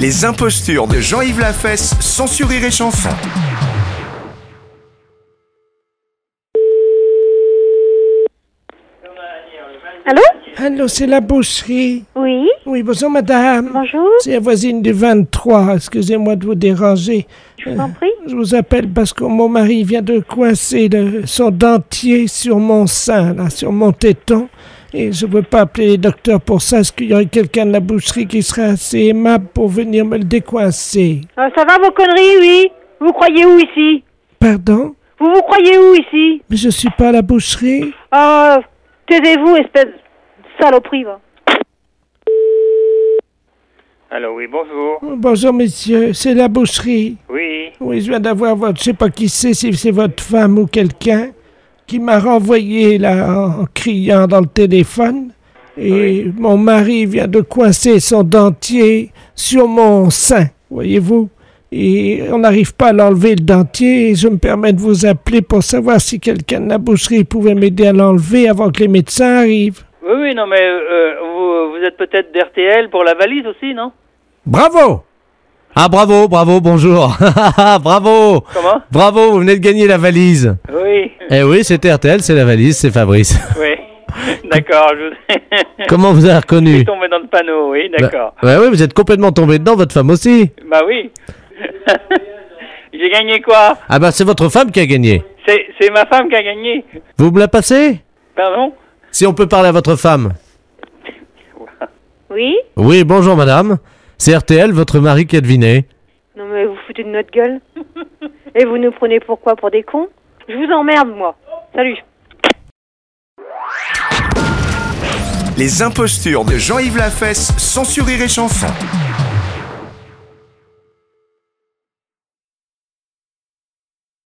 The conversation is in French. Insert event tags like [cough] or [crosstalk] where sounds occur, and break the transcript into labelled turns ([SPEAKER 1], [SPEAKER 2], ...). [SPEAKER 1] Les impostures de Jean-Yves Lafesse, sans sourire et chanson.
[SPEAKER 2] Allô
[SPEAKER 3] Allô, c'est la boucherie.
[SPEAKER 2] Oui,
[SPEAKER 3] Oui, bonjour madame.
[SPEAKER 2] bonjour,
[SPEAKER 3] C'est la voisine du 23. Excusez-moi de vous déranger. Euh,
[SPEAKER 2] je vous en prie.
[SPEAKER 3] Je vous appelle parce que mon mari vient de coincer le- son dentier sur mon sein, là, sur mon téton. Et je ne veux pas appeler les docteurs pour ça. Est-ce qu'il y aurait quelqu'un de la boucherie qui serait assez aimable pour venir me le décoincer
[SPEAKER 2] Euh, ça va vos conneries, oui Vous croyez où ici
[SPEAKER 3] Pardon
[SPEAKER 2] Vous vous croyez où ici
[SPEAKER 3] Mais je suis pas à la boucherie.
[SPEAKER 2] Euh, taisez-vous, espèce de saloperie, va.
[SPEAKER 4] Allô, oui, bonjour.
[SPEAKER 3] Oh, Bonjour monsieur, c'est la boucherie.
[SPEAKER 4] Oui,
[SPEAKER 3] Oui, je viens d'avoir votre, je sais pas qui c'est, si c'est votre femme ou quelqu'un, qui m'a renvoyé là en criant dans le téléphone. Et mon mari vient de coincer son dentier sur mon sein, voyez-vous. Et on n'arrive pas à l'enlever le dentier. Et je me permets de vous appeler pour savoir si quelqu'un de la boucherie pouvait m'aider à l'enlever avant que les médecins arrivent.
[SPEAKER 4] oui, oui, non, mais euh, vous, vous êtes peut-être d'RTL pour la valise aussi, non
[SPEAKER 3] Bravo
[SPEAKER 5] Ah bravo, bravo, bonjour. [laughs] bravo.
[SPEAKER 4] Comment
[SPEAKER 5] Bravo, vous venez de gagner la valise.
[SPEAKER 4] Oui,
[SPEAKER 5] Eh oui, c'était RTL, c'est la valise, c'est Fabrice.
[SPEAKER 4] [laughs]
[SPEAKER 5] [laughs]
[SPEAKER 4] oui. D'accord, je vous...
[SPEAKER 5] Comment vous avez
[SPEAKER 4] je suis
[SPEAKER 5] reconnu
[SPEAKER 4] tombé dans le panneau, oui,
[SPEAKER 5] Bah,
[SPEAKER 4] d'accord.
[SPEAKER 5] ouais, ouais, vous êtes complètement tombé dedans, votre femme aussi.
[SPEAKER 4] Bah oui. [laughs] J'ai gagné quoi
[SPEAKER 5] Ah bah c'est votre femme qui a gagné.
[SPEAKER 4] C'est c'est ma femme qui a gagné.
[SPEAKER 5] Vous me la passez
[SPEAKER 4] Pardon
[SPEAKER 5] Si on peut parler à votre femme.
[SPEAKER 2] Oui
[SPEAKER 5] Oui, bonjour madame. C'est RTL, votre mari qui a deviné.
[SPEAKER 2] Non mais vous foutez de notre gueule. Et vous nous prenez pourquoi Pour des cons Je vous emmerde, moi. Salut.
[SPEAKER 1] Les impostures de Jean-Yves Lafesse, sans sourire et chanson.